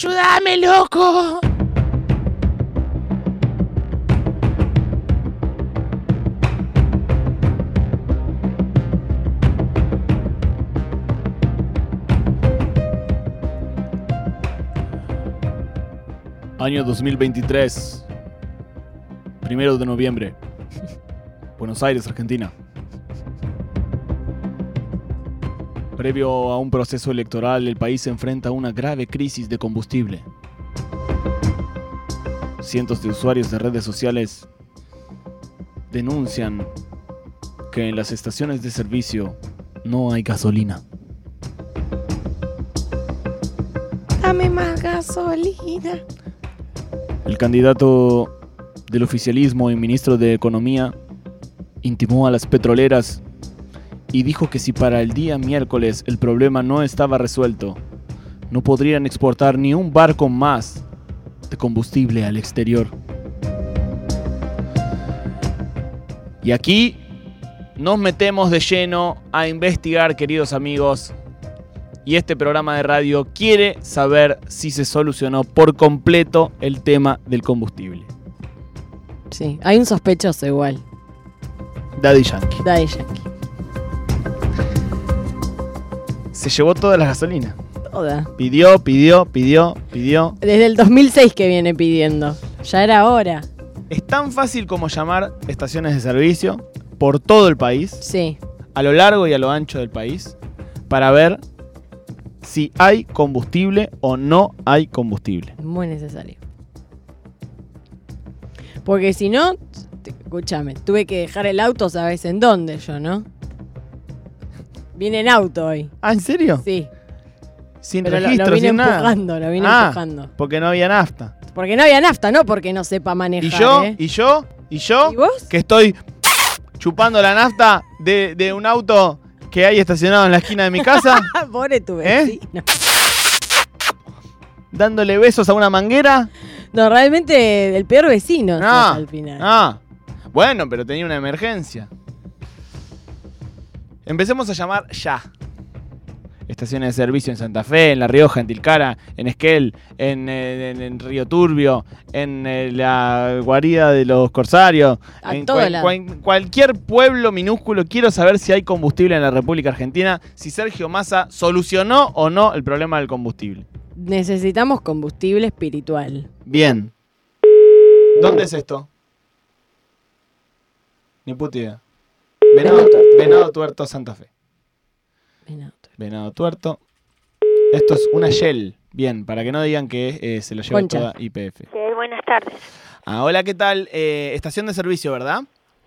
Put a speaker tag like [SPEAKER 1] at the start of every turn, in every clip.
[SPEAKER 1] ¡Ayúdame, loco!
[SPEAKER 2] Año 2023. Primero de noviembre. Buenos Aires, Argentina. Previo a un proceso electoral, el país se enfrenta a una grave crisis de combustible. Cientos de usuarios de redes sociales denuncian que en las estaciones de servicio no hay gasolina.
[SPEAKER 1] Dame más gasolina.
[SPEAKER 2] El candidato del oficialismo y ministro de Economía intimó a las petroleras y dijo que si para el día miércoles el problema no estaba resuelto, no podrían exportar ni un barco más de combustible al exterior. Y aquí nos metemos de lleno a investigar, queridos amigos, y este programa de radio quiere saber si se solucionó por completo el tema del combustible.
[SPEAKER 3] Sí, hay un sospechoso igual,
[SPEAKER 2] Daddy Yankee.
[SPEAKER 3] Daddy Yankee.
[SPEAKER 2] Se llevó toda la gasolina.
[SPEAKER 3] Toda.
[SPEAKER 2] Pidió, pidió, pidió, pidió.
[SPEAKER 3] Desde el 2006 que viene pidiendo. Ya era hora.
[SPEAKER 2] Es tan fácil como llamar estaciones de servicio por todo el país,
[SPEAKER 3] Sí.
[SPEAKER 2] a lo largo y a lo ancho del país, para ver si hay combustible o no hay combustible.
[SPEAKER 3] Muy necesario. Porque si no, te- escúchame, tuve que dejar el auto, ¿sabes en dónde yo, no? Vine en auto hoy.
[SPEAKER 2] Ah, ¿en serio?
[SPEAKER 3] Sí,
[SPEAKER 2] Sin
[SPEAKER 3] pero lo, lo
[SPEAKER 2] registro,
[SPEAKER 3] vine
[SPEAKER 2] sin nada.
[SPEAKER 3] empujando, lo vine
[SPEAKER 2] Ah.
[SPEAKER 3] empujando.
[SPEAKER 2] Porque no había nafta.
[SPEAKER 3] Porque no había nafta, no porque no sepa manejar.
[SPEAKER 2] Y yo,
[SPEAKER 3] ¿eh?
[SPEAKER 2] y yo, y yo,
[SPEAKER 3] ¿Y vos?
[SPEAKER 2] que estoy chupando la nafta de, de un auto que hay estacionado en la esquina de mi casa.
[SPEAKER 3] Ah, pobre tu
[SPEAKER 2] ¿Eh?
[SPEAKER 3] vecino.
[SPEAKER 2] dándole besos a una manguera.
[SPEAKER 3] No, realmente el peor vecino sos
[SPEAKER 2] No,
[SPEAKER 3] al final.
[SPEAKER 2] Ah, bueno, pero tenía una emergencia. Empecemos a llamar ya. Estaciones de servicio en Santa Fe, en La Rioja, en Tilcara, en Esquel, en, eh, en- en Río Turbio, en eh, la guarida de los corsarios,
[SPEAKER 3] A
[SPEAKER 2] en
[SPEAKER 3] todo lado.
[SPEAKER 2] cualquier pueblo minúsculo. Quiero saber si hay combustible en la República Argentina, si Sergio Massa solucionó o no el problema del combustible.
[SPEAKER 3] Necesitamos combustible espiritual.
[SPEAKER 2] Bien. ¿Dónde es esto? Ni puta idea. Venado, Venado Tuerto, Santa Fe.
[SPEAKER 3] Ven, auto.
[SPEAKER 2] Venado Tuerto. Esto es una Shell. Bien, para que no digan que eh, se lo lleva
[SPEAKER 3] Concha.
[SPEAKER 2] toda IPF.
[SPEAKER 4] Eh, buenas tardes.
[SPEAKER 2] Ah, hola, ¿qué tal? Eh, estación de servicio, ¿verdad?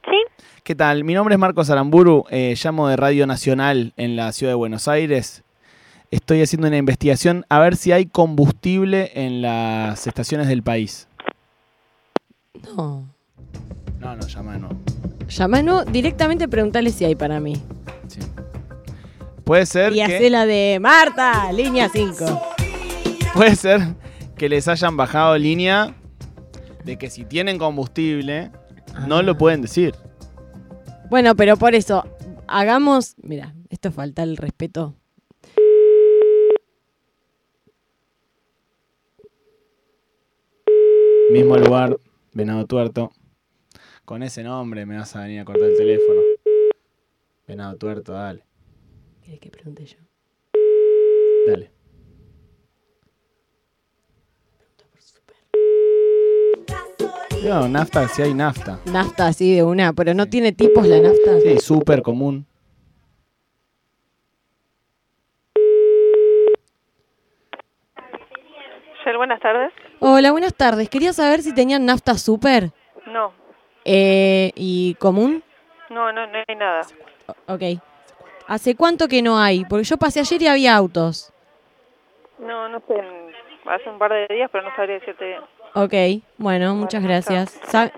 [SPEAKER 4] ¿Sí?
[SPEAKER 2] ¿Qué tal? Mi nombre es Marcos Aramburu, eh, llamo de Radio Nacional en la ciudad de Buenos Aires. Estoy haciendo una investigación a ver si hay combustible en las estaciones del país.
[SPEAKER 3] No.
[SPEAKER 2] No, no, llama de nuevo.
[SPEAKER 3] Llamá no, directamente preguntale si hay para mí.
[SPEAKER 2] Sí. Puede ser
[SPEAKER 3] Y
[SPEAKER 2] que,
[SPEAKER 3] hace la de Marta, línea 5.
[SPEAKER 2] puede ser que les hayan bajado línea de que si tienen combustible no
[SPEAKER 3] Ah.
[SPEAKER 2] lo pueden decir.
[SPEAKER 3] Bueno, pero por eso, hagamos. Mira, esto falta el respeto.
[SPEAKER 2] Mismo lugar, Venado Tuerto. Con ese nombre me vas a venir a cortar el teléfono. Venado Tuerto, dale,
[SPEAKER 3] ¿Querés que pregunte yo?
[SPEAKER 2] dale. No, nafta, si hay nafta.
[SPEAKER 3] Nafta así de una, pero no tiene tipos la nafta.
[SPEAKER 2] Sí, súper común.
[SPEAKER 4] Shell, buenas tardes.
[SPEAKER 3] Hola, buenas tardes. Quería saber si tenían nafta super
[SPEAKER 4] No,
[SPEAKER 3] eh, y común.
[SPEAKER 4] no, no, no hay nada.
[SPEAKER 3] O- Ok. ¿Hace cuánto que no hay? Porque yo pasé ayer y había autos.
[SPEAKER 4] No, no sé. mm, Hace un par de días, pero no sabría decirte bien.
[SPEAKER 3] Ok, bueno, muchas gracias. Sa-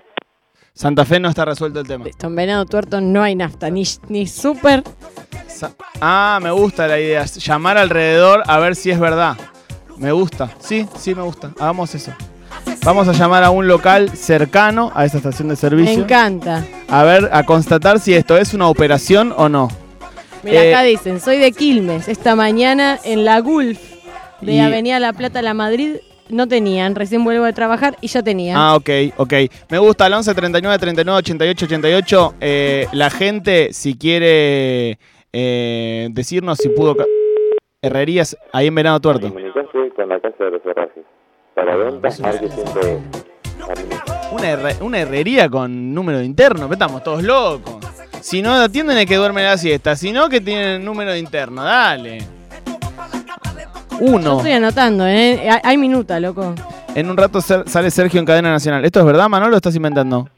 [SPEAKER 2] Santa Fe no está resuelto el tema.
[SPEAKER 3] Listo, en Venado Tuerto no hay nafta, ni, ni súper.
[SPEAKER 2] Sa- Ah, me gusta la idea. Llamar alrededor a ver si es verdad. Me gusta. Sí, sí, me gusta. Hagamos eso. Vamos a llamar a un local cercano a esa estación de
[SPEAKER 3] Me
[SPEAKER 2] servicio.
[SPEAKER 3] encanta.
[SPEAKER 2] A ver, a constatar si esto es una operación o no.
[SPEAKER 3] Mira,
[SPEAKER 2] Eh,
[SPEAKER 3] acá dicen, soy de Quilmes. Esta mañana en la Gulf de
[SPEAKER 5] Y-
[SPEAKER 3] Avenida La Plata a la Madrid no tenían. Recién vuelvo de trabajar y ya tenían.
[SPEAKER 2] Ah, ok, ok. Me gusta el 11 39 39 88 88. Eh, la gente, si quiere eh, decirnos si pudo. ca- Herrerías ahí en Venado Tuerto.
[SPEAKER 6] Comunicarse con la casa de los herrajes. Para ventas, marketing de...
[SPEAKER 2] Una, herre- una herrería con número interno, pero estamos todos locos. Si no atienden es que duermen la siesta, si no que tienen número de interno, dale.
[SPEAKER 3] Yo
[SPEAKER 2] Uno.
[SPEAKER 3] estoy anotando, ¿eh? Hay- Hay minuta, loco.
[SPEAKER 2] En un rato ser- sale Sergio en cadena nacional. ¿Esto es verdad, Manolo? o estás inventando?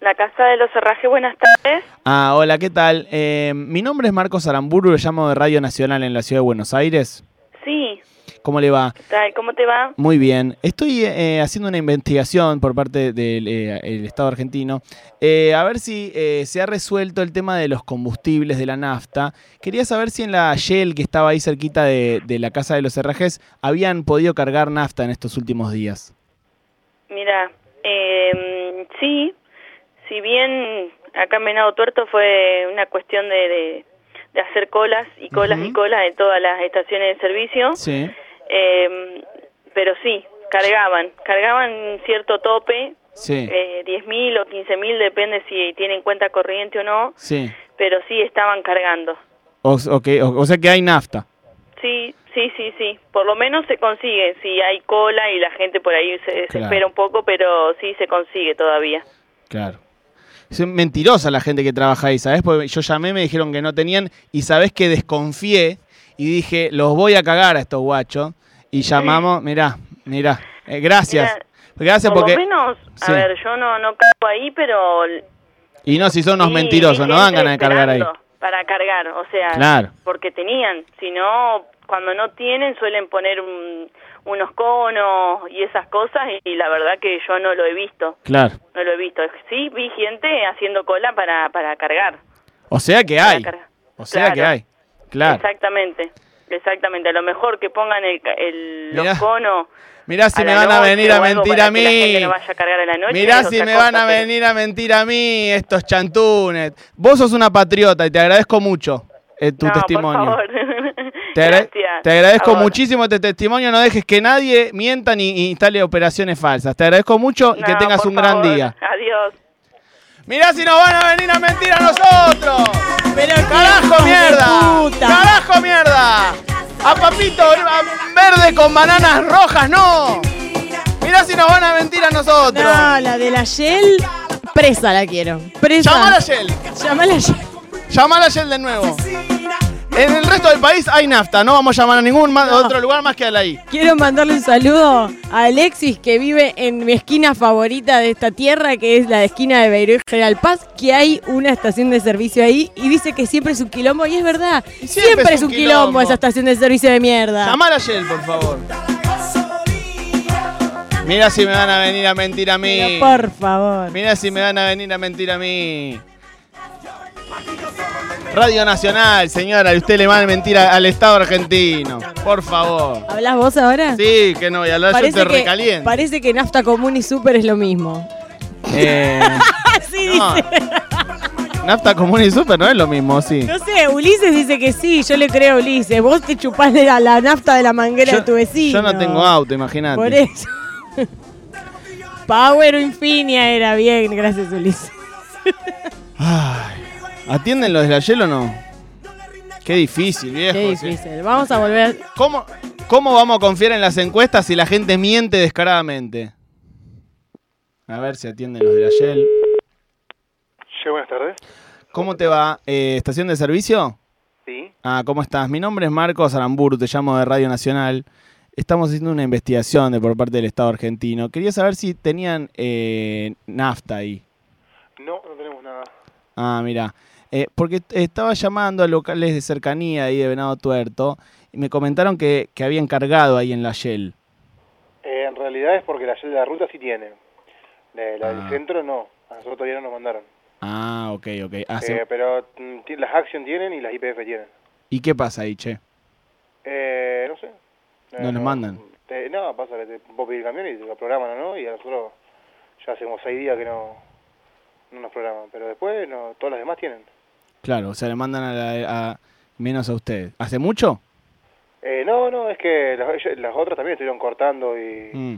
[SPEAKER 7] La Casa de los Herrajes, buenas tardes.
[SPEAKER 2] Ah, hola, ¿qué tal? Eh, mi nombre es Marcos Aramburu, lo llamo de Radio Nacional en la ciudad de Buenos Aires.
[SPEAKER 7] Sí,
[SPEAKER 2] ¿Cómo le va?
[SPEAKER 7] ¿qué tal? ¿Cómo te va?
[SPEAKER 2] Muy bien. Estoy eh, haciendo una investigación por parte del eh, el Estado argentino eh, a ver si eh, se ha resuelto el tema de los combustibles de la nafta. Quería saber si en la Shell que estaba ahí cerquita de, de la casa de los herrajes habían podido cargar nafta en estos últimos días.
[SPEAKER 7] Mira, eh, sí, si bien acá en Venado Tuerto fue una cuestión de, de- de hacer colas y colas y
[SPEAKER 2] Ujú.
[SPEAKER 7] colas de todas las estaciones de servicio,
[SPEAKER 2] Sí.
[SPEAKER 7] eh, pero sí, cargaban, cargaban un cierto tope,
[SPEAKER 2] Sí.
[SPEAKER 7] eh, 10.000 o 15.000, depende si tienen cuenta corriente o no,
[SPEAKER 2] Sí.
[SPEAKER 7] pero sí estaban cargando.
[SPEAKER 2] O, ok, o- o sea que hay nafta.
[SPEAKER 7] Sí, sí, sí, sí. Por lo menos se consigue. Sí, hay cola y la gente por ahí se desespera
[SPEAKER 2] Claro.
[SPEAKER 7] un poco, pero sí se consigue todavía.
[SPEAKER 2] Claro. Es mentirosa la gente que trabaja ahí, ¿sabes? Porque yo llamé, me dijeron que no tenían y sabes que desconfié y dije, los voy a cagar a estos guachos. Y llamamos, mirá, mirá. Eh, gracias.
[SPEAKER 7] Mirá,
[SPEAKER 2] gracias
[SPEAKER 7] por
[SPEAKER 2] porque...
[SPEAKER 7] lo menos, a
[SPEAKER 2] sí.
[SPEAKER 7] ver, yo no, no cago ahí, pero...
[SPEAKER 2] Y no, si son unos
[SPEAKER 7] sí,
[SPEAKER 2] mentirosos,
[SPEAKER 7] vi
[SPEAKER 2] no dan
[SPEAKER 7] gente
[SPEAKER 2] ganas de cargar ahí.
[SPEAKER 7] esperando Para cargar, o sea,
[SPEAKER 2] Claro.
[SPEAKER 7] porque tenían. Si no, cuando no tienen suelen poner un- unos conos y esas cosas y, y la verdad que yo no lo he visto.
[SPEAKER 2] Claro.
[SPEAKER 7] No lo he visto. Sí, vi gente haciendo cola para, para cargar.
[SPEAKER 2] O sea que
[SPEAKER 7] para
[SPEAKER 2] hay.
[SPEAKER 7] cargar.
[SPEAKER 2] O sea que
[SPEAKER 7] Claro.
[SPEAKER 2] hay. Claro.
[SPEAKER 7] Exactamente, exactamente. A lo mejor que pongan el, ca- el, los
[SPEAKER 2] Mirá,
[SPEAKER 7] conos.
[SPEAKER 2] Mirá si
[SPEAKER 7] a
[SPEAKER 2] me
[SPEAKER 7] la
[SPEAKER 2] van a
[SPEAKER 7] noche
[SPEAKER 2] venir
[SPEAKER 7] o
[SPEAKER 2] a
[SPEAKER 7] algo
[SPEAKER 2] mentir
[SPEAKER 7] para
[SPEAKER 2] a
[SPEAKER 7] que la gente
[SPEAKER 2] mí.
[SPEAKER 7] no vaya a cargar a la noche,
[SPEAKER 2] Mirá
[SPEAKER 7] es
[SPEAKER 2] si
[SPEAKER 7] otra
[SPEAKER 2] me van
[SPEAKER 7] cosa,
[SPEAKER 2] a
[SPEAKER 7] pero-
[SPEAKER 2] venir a mentir a mí estos chantunes. Vos sos una patriota y te agradezco mucho eh, tu
[SPEAKER 7] No,
[SPEAKER 2] testimonio.
[SPEAKER 7] Por favor.
[SPEAKER 2] Te, agra-
[SPEAKER 7] Gracias.
[SPEAKER 2] te agradezco
[SPEAKER 7] Por favor.
[SPEAKER 2] muchísimo este testimonio. No dejes que nadie mienta ni ni instale operaciones falsas. Te agradezco mucho y que
[SPEAKER 7] No,
[SPEAKER 2] tengas
[SPEAKER 7] por
[SPEAKER 2] un gran
[SPEAKER 7] favor.
[SPEAKER 2] día.
[SPEAKER 7] Adiós.
[SPEAKER 2] Mirá si nos van a venir a mentir a nosotros. ¡Carajo, mierda!
[SPEAKER 3] puta.
[SPEAKER 2] ¡Carajo, mierda! A papito a verde con bananas rojas, no. Mirá si nos van a mentir a nosotros.
[SPEAKER 3] No, la de la Shell, presa la quiero. Presa.
[SPEAKER 2] Llamala, Shell.
[SPEAKER 3] Llamala Shell.
[SPEAKER 2] Llamala, Shell, de nuevo. En el resto del país hay nafta. No vamos a llamar a ningún más-
[SPEAKER 3] No.
[SPEAKER 2] otro lugar más que a la I.
[SPEAKER 3] Quiero mandarle un saludo a Alexis que vive en mi esquina favorita de esta tierra, que es la esquina de Beirut General Paz, que hay una estación de servicio ahí y dice que siempre es un quilombo y es verdad. Siempre, es un quilombo, esa estación de servicio de mierda.
[SPEAKER 2] Llamala, Shell, por favor. Mira si me van a venir a mentir a
[SPEAKER 3] Pero
[SPEAKER 2] mí.
[SPEAKER 3] por favor.
[SPEAKER 2] Mira si me van a venir a mentir a mí. Radio Nacional, señora, y usted le va a mentir a- al Estado argentino. Por favor.
[SPEAKER 3] ¿Hablas vos ahora?
[SPEAKER 2] Sí, que no voy a hablar, yo te
[SPEAKER 3] Parece que,
[SPEAKER 2] recaliento.
[SPEAKER 3] parece que nafta común y super es lo mismo.
[SPEAKER 2] Eh,
[SPEAKER 3] Así
[SPEAKER 2] no.
[SPEAKER 3] dice.
[SPEAKER 2] Nafta común y super no es lo mismo, sí.
[SPEAKER 3] No sé, Ulises dice que sí, yo le creo a Ulises. Vos te chupás de la, la nafta de la manguera de tu vecino.
[SPEAKER 2] yo no tengo auto, imagínate.
[SPEAKER 3] Por eso. Power o Infinia era bien, gracias Ulises.
[SPEAKER 2] Ay, ¿Atienden los de la hielo o no? Qué difícil, viejo.
[SPEAKER 3] Qué
[SPEAKER 2] sí.
[SPEAKER 3] difícil. Vamos a volver.
[SPEAKER 2] ¿Cómo, ¿Cómo vamos a confiar en las encuestas si la gente miente descaradamente? A ver si atienden los de la Shell.
[SPEAKER 8] Sí, buenas tardes.
[SPEAKER 2] ¿Cómo te va? Eh, ¿Estación de servicio?
[SPEAKER 8] Sí.
[SPEAKER 2] Ah, ¿cómo estás? Mi nombre es Marcos Aramburu, te llamo de Radio Nacional. Estamos haciendo una investigación de por parte del Estado argentino. Quería saber si tenían eh, nafta ahí.
[SPEAKER 8] No, no tenemos nada.
[SPEAKER 2] Ah, mira. Eh, porque t- estaba llamando a locales de cercanía ahí de Venado Tuerto y me comentaron que, que habían cargado ahí en la Shell.
[SPEAKER 8] Eh, en realidad es porque la, la ruta sí tiene. La, la
[SPEAKER 2] Ah.
[SPEAKER 8] del centro no. A nosotros todavía no nos mandaron.
[SPEAKER 2] Ah, ok, ok. Ah, sí.
[SPEAKER 8] Eh, pero mm, ti- las Action tienen y las IPF tienen.
[SPEAKER 2] ¿Y qué pasa ahí, che?
[SPEAKER 8] Eh, no sé. Eh,
[SPEAKER 2] No nos mandan.
[SPEAKER 8] te- no, pasa que te puedo pedir camión y te lo programan o no. Y a nosotros ya hacemos seis días que no, no nos programan. Pero después no, todas las demás tienen.
[SPEAKER 2] Claro, o sea, le mandan a la... a- Menos a usted. ¿Hace mucho?
[SPEAKER 8] Eh, no, no, es que las, ellos- las otras también estuvieron cortando y
[SPEAKER 2] Mm,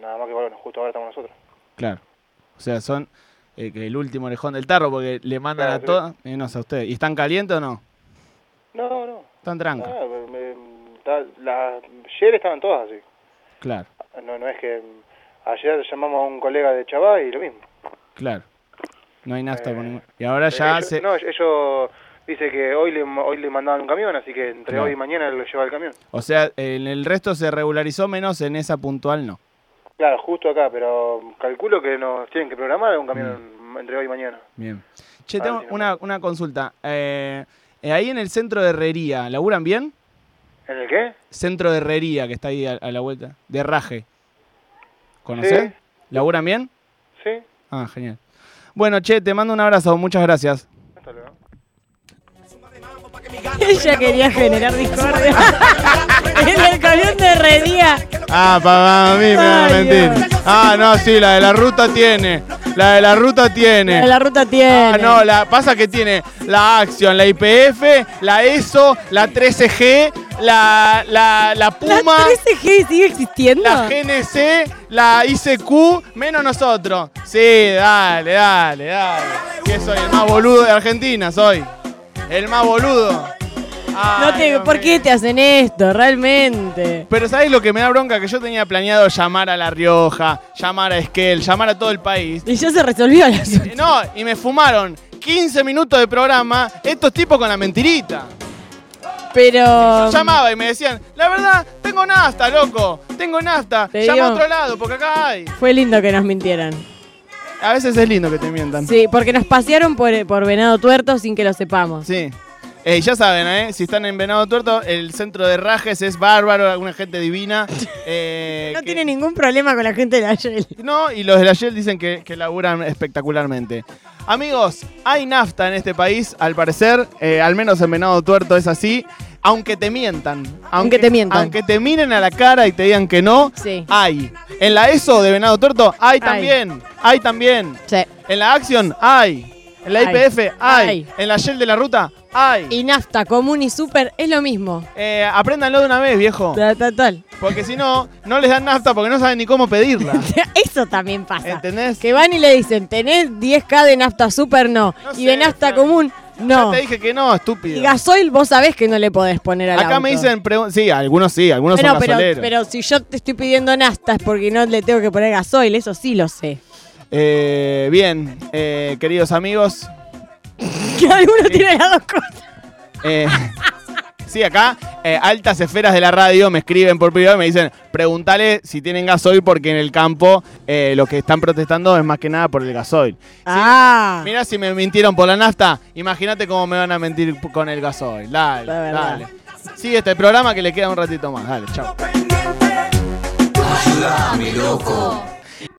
[SPEAKER 8] nada más que bueno, justo ahora estamos nosotros.
[SPEAKER 2] claro. O sea, son eh, que el último orejón del tarro porque le mandan
[SPEAKER 8] Claro,
[SPEAKER 2] a
[SPEAKER 8] sí.
[SPEAKER 2] todas. Menos a usted. ¿Y están calientes o no?
[SPEAKER 8] No, no,
[SPEAKER 2] Están tranca.
[SPEAKER 8] nada, Ah, me- me- ta- las ayer estaban todas así.
[SPEAKER 2] Claro,
[SPEAKER 8] No, no es que ayer llamamos a un colega de Chabá y lo mismo.
[SPEAKER 2] claro. No hay nafta por
[SPEAKER 8] Eh,
[SPEAKER 2] ningún- Y ahora ya
[SPEAKER 8] ellos,
[SPEAKER 2] se.
[SPEAKER 8] No, ellos dice que hoy le, hoy le mandaban un camión, así que entre
[SPEAKER 2] Claro.
[SPEAKER 8] hoy y mañana lo lleva el camión.
[SPEAKER 2] O sea, en el resto se regularizó menos, en esa puntual no.
[SPEAKER 8] Claro, justo acá, pero calculo que nos tienen que programar un
[SPEAKER 2] Mm.
[SPEAKER 8] camión entre hoy y mañana.
[SPEAKER 2] Bien. Che,
[SPEAKER 8] Ah,
[SPEAKER 2] tengo
[SPEAKER 8] sí, no.
[SPEAKER 2] una, una consulta. Eh, eh, ahí en el centro de herrería, ¿laburan bien?
[SPEAKER 8] ¿En el qué?
[SPEAKER 2] Centro de herrería que está ahí a, a la vuelta. De Raje. ¿Conocés?
[SPEAKER 8] Sí.
[SPEAKER 2] ¿Laburan bien?
[SPEAKER 8] Sí.
[SPEAKER 2] Ah, genial. Bueno, che, te mando un abrazo. Muchas gracias.
[SPEAKER 8] Hasta luego.
[SPEAKER 3] Ella quería generar discordia. en el camión de herrería.
[SPEAKER 2] Ah, para mí me
[SPEAKER 3] van a Ay, mentir. Dios.
[SPEAKER 2] Ah, no, sí, la de la ruta tiene. La de la ruta tiene.
[SPEAKER 3] En la ruta tiene.
[SPEAKER 2] Ah, no, la pasa que tiene la Action, la IPF, la ESO, la 13G, la, la, la
[SPEAKER 3] ¿La E
[SPEAKER 2] Puma,
[SPEAKER 3] 13G sigue existiendo?
[SPEAKER 2] la GNC, la ICQ, menos nosotros. Sí, dale, dale, dale. Que soy el más boludo de Argentina, soy. El más boludo. Ay,
[SPEAKER 3] No te-
[SPEAKER 2] Dios
[SPEAKER 3] ¿Por
[SPEAKER 2] mío.
[SPEAKER 3] qué te hacen esto? Realmente.
[SPEAKER 2] Pero ¿sabés lo que me da bronca? Que yo tenía planeado llamar a La Rioja, llamar a Esquel, llamar a todo el país.
[SPEAKER 3] Y ya se resolvió el asunto.
[SPEAKER 2] Eh, No, y me fumaron 15 minutos de programa estos tipos con la mentirita.
[SPEAKER 3] Pero.
[SPEAKER 2] Llamaba y me decían, la verdad, tengo nafta, loco, tengo nafta,
[SPEAKER 3] Te
[SPEAKER 2] llama a
[SPEAKER 3] digo-
[SPEAKER 2] otro lado, porque acá hay.
[SPEAKER 3] Fue lindo que nos mintieran.
[SPEAKER 2] A veces es lindo que te mientan.
[SPEAKER 3] Sí, porque nos pasearon por, por Venado Tuerto sin que lo sepamos.
[SPEAKER 2] Sí. Eh, ya saben, ¿eh? si están en Venado Tuerto, el centro de Rajes es bárbaro, alguna gente divina. eh,
[SPEAKER 3] No
[SPEAKER 2] que-
[SPEAKER 3] tiene ningún problema con la gente de la Shell.
[SPEAKER 2] No, y los de la Shell dicen que, que laburan espectacularmente. Amigos, hay nafta en este país, al parecer, eh, al menos en Venado Tuerto es así, aunque te mientan.
[SPEAKER 3] Aunque te mientan.
[SPEAKER 2] Aunque te miren a la cara y te digan que no,
[SPEAKER 3] Sí.
[SPEAKER 2] hay. En la ESO de Venado Tuerto, hay también, hay también.
[SPEAKER 3] Sí.
[SPEAKER 2] En la Action, hay. En la
[SPEAKER 3] Hay.
[SPEAKER 2] IPF, hay.
[SPEAKER 3] Hay.
[SPEAKER 2] En la Shell de la Ruta, hay.
[SPEAKER 3] Y nafta, común y super es lo mismo.
[SPEAKER 2] Eh, apréndanlo de una vez, viejo.
[SPEAKER 3] Ta- ta- tal.
[SPEAKER 2] Porque si no, no les dan nafta porque no saben ni cómo pedirla.
[SPEAKER 3] Eso también pasa.
[SPEAKER 2] ¿Entendés?
[SPEAKER 3] Que van y le dicen, ¿tenés 10K de nafta super? No.
[SPEAKER 2] No
[SPEAKER 3] y de
[SPEAKER 2] sé,
[SPEAKER 3] nafta
[SPEAKER 2] Fran.
[SPEAKER 3] común, no.
[SPEAKER 2] Ya te dije que no,
[SPEAKER 3] Y
[SPEAKER 2] estúpido.
[SPEAKER 3] gasoil vos sabés que no le podés poner al
[SPEAKER 2] Acá me
[SPEAKER 3] auto.
[SPEAKER 2] dicen, pregun- sí, algunos sí, algunos
[SPEAKER 3] Bueno,
[SPEAKER 2] son
[SPEAKER 3] pero,
[SPEAKER 2] gasoleros.
[SPEAKER 3] pero si yo te estoy pidiendo nafta es porque no le tengo que poner gasoil, eso sí lo sé.
[SPEAKER 2] Eh, bien, eh, queridos amigos.
[SPEAKER 3] Que alguno tiene las dos cosas.
[SPEAKER 2] eh, sí, acá eh, altas esferas de la radio me escriben por privado y me dicen, pregúntale si tienen gasoil porque en el campo eh, lo que están protestando es más que nada por el gasoil.
[SPEAKER 3] Ah.
[SPEAKER 2] Mira si me mintieron por la nafta, imagínate cómo me van a mentir p- con el gasoil. Dale,
[SPEAKER 3] La verdad.
[SPEAKER 2] dale. Sigue este programa que le queda un ratito más. Dale, chao.
[SPEAKER 9] Ayúdame, loco.